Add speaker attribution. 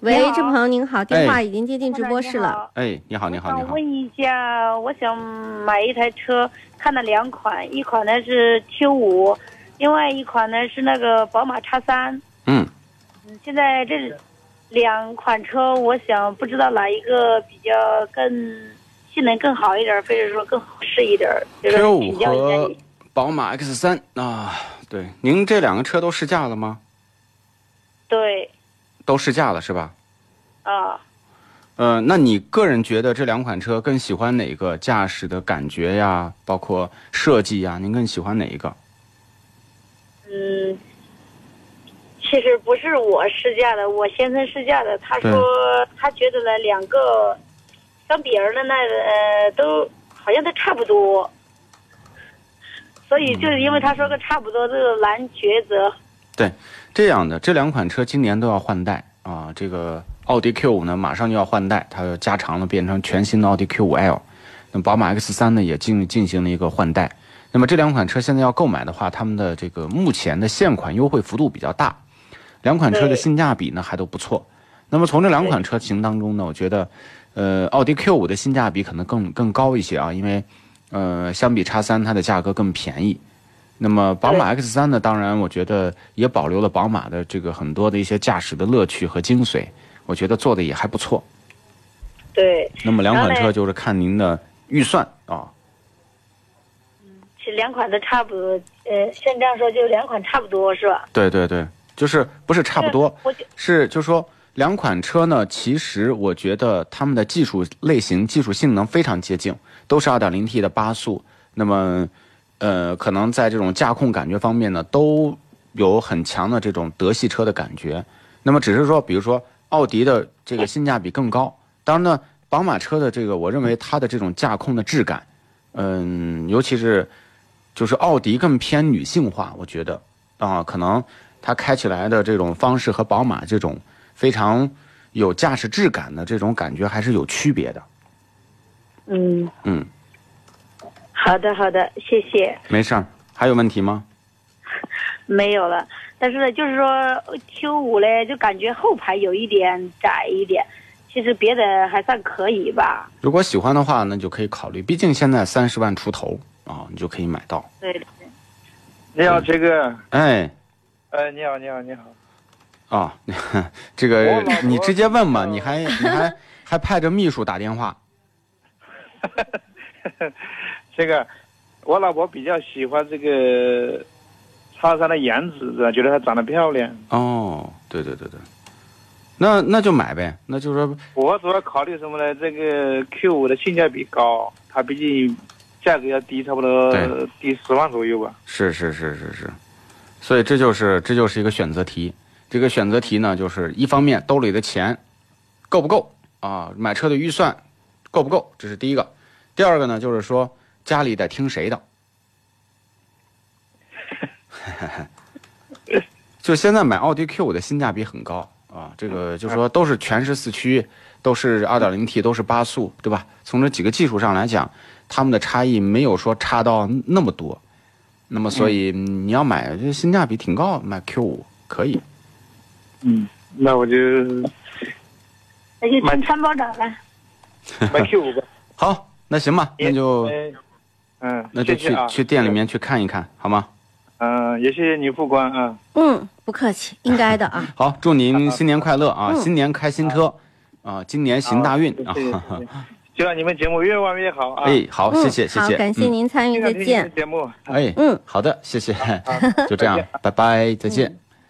Speaker 1: 喂
Speaker 2: 你，好
Speaker 1: 这朋友您好，电话
Speaker 3: 哎
Speaker 1: 已经接进直播室了。
Speaker 3: 哎，你好，你好，你
Speaker 2: 想
Speaker 3: 好。
Speaker 2: 问一下，我想买一台车，看了两款，一款呢是 Q 五，另外一款呢是那个宝马叉三。
Speaker 3: 嗯，
Speaker 2: 嗯现在这两款车，我想不知道哪一个比较更性能更好一点，或者说更合适一点，就是
Speaker 3: Q
Speaker 2: 请
Speaker 3: 五
Speaker 2: 教一下
Speaker 3: 和
Speaker 2: 你。
Speaker 3: 宝马 X 三啊，对，您这两个车都试驾了吗？
Speaker 2: 对，
Speaker 3: 都试驾了是吧？
Speaker 2: 啊，
Speaker 3: 呃，那你个人觉得这两款车更喜欢哪个？驾驶的感觉呀，包括设计呀，您更喜欢哪一个？
Speaker 2: 嗯，其实不是我试驾的，我先生试驾的。他说他觉得呢，两个跟别人的那个呃都好像都差不多，所以
Speaker 3: 嗯
Speaker 2: 就是因为他说个差不多，这个难抉择。
Speaker 3: 这样的，这两款车今年都要换代啊。这个奥迪 Q 五呢，马上就要换代，它加长了，变成全新的奥迪 Q 五 L。那宝马 X 三呢，也进进行了一个换代。那么这两款车现在要购买的话，他们的这个目前的现款优惠幅度比较大，两款车的
Speaker 2: 对
Speaker 3: 性价比呢还都不错。那么从这两款车型当中呢，我觉得，呃，奥迪 Q 五的性价比可能更更高一些啊，因为，呃，相比叉三它的价格更便宜。那么宝马 X 三呢，当然我觉得也保留了宝马的这个很多的一些驾驶的乐趣和精髓，我觉得做的也还不错。
Speaker 2: 对，
Speaker 3: 那么两款
Speaker 2: 然后
Speaker 3: 车
Speaker 2: 嘞
Speaker 3: 就是看您的预算啊。
Speaker 2: 其实两款都差不多。呃，像这样说，就两款差不多是吧？
Speaker 3: 对对对，就是不是差不多，
Speaker 2: 我觉
Speaker 3: 是就说两款车呢，其实我觉得它们的技术类型、技术性能非常接近，都是 2.0T 的八速。那么，呃，可能在这种驾控感觉方面呢，都有很强的这种德系车的感觉。那么只是说，比如说奥迪的这个性价比更高，当然呢，宝马车的这个，我认为它的这种驾控的质感，嗯，尤其是就是奥迪更偏女性化，我觉得啊、可能它开起来的这种方式和宝马这种非常有驾驶质感的这种感觉还是有区别的。
Speaker 2: 嗯，
Speaker 3: 嗯，
Speaker 2: 好的好的，谢谢。
Speaker 3: 没事儿，还有问题吗？
Speaker 2: 没有了，但是呢，就是说呃 Q 五嘞，就感觉后排有一点窄一点，其实别的还算可以吧。
Speaker 3: 如果喜欢的话，那就可以考虑，毕竟现在三十万出头啊、你就可以买到。
Speaker 2: 对的，
Speaker 4: 你
Speaker 3: 嗯
Speaker 4: 好，崔哥。
Speaker 3: 哎，
Speaker 4: 哎，你好，你好，你好。
Speaker 3: 啊、 这
Speaker 4: 我
Speaker 3: 个
Speaker 4: 老婆
Speaker 3: 你直接问吧，
Speaker 4: 嗯
Speaker 3: 你还你还还派着秘书打电话。
Speaker 4: 这个，我老婆比较喜欢这个叉三的颜值，是吧？觉得她长得漂亮。
Speaker 3: 哦，对对对对，那那就买呗，那就说
Speaker 4: 我主要考虑什么呢？这个 Q 五的性价比高，它毕竟价格要低，差不多
Speaker 3: 对
Speaker 4: 低十万左右吧。
Speaker 3: 是是是是是，所以这就是这就是一个选择题。这个选择题呢，就是一方面兜里的钱够不够啊，买车的预算够不够，这是第一个。第二个呢，就是说家里得听谁的。 就现在买奥迪 Q 5的性价比很高啊，这个就说都是全时四驱，都是 2.0T，都是八速，对吧？从这几个技术上来讲，他们的差异没有说差到那么多。那么所以你要买，这性价比挺高，买 Q 五可以。
Speaker 4: 嗯，那我就
Speaker 2: 那就
Speaker 4: 蛮
Speaker 2: 听参谋长了。
Speaker 4: 买 Q 五吧。
Speaker 3: 好，那行吧，那就
Speaker 4: 哎嗯，
Speaker 3: 哦那就
Speaker 4: 谢
Speaker 3: 去
Speaker 4: 谢啊
Speaker 3: 去店里。面去看一看，好吗？
Speaker 4: 嗯，也谢谢你副官啊。
Speaker 1: 嗯，不客气，应该的啊。
Speaker 3: 好，祝您新年快乐啊，
Speaker 1: 嗯
Speaker 3: 新年开新车，啊，今年行大运啊
Speaker 4: 谢！谢，谢谢就让你们节目越办越好啊。
Speaker 3: 哎，好，谢
Speaker 1: 嗯
Speaker 3: 谢谢
Speaker 1: 好，
Speaker 3: 谢，
Speaker 1: 感谢
Speaker 3: 嗯，
Speaker 1: 您参与，
Speaker 4: 经
Speaker 1: 再
Speaker 4: 常听你们
Speaker 1: 见
Speaker 4: 的。节目。
Speaker 3: 哎，
Speaker 1: 嗯，
Speaker 3: 好的，谢谢，
Speaker 4: 好
Speaker 3: 就这样
Speaker 4: 再见，嗯
Speaker 3: 拜拜，再见。